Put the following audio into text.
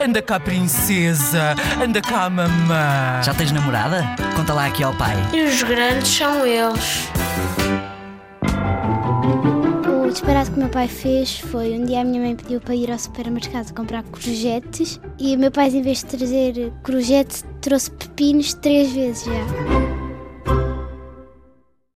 Anda cá, princesa. Anda cá, mamã. Já tens namorada? Conta lá aqui ao pai. E os grandes são eles. O disparate que o meu pai fez foi um dia a minha mãe pediu para ir ao supermercado comprar courgettes e o meu pai, em vez de trazer courgettes, trouxe pepinos três vezes já.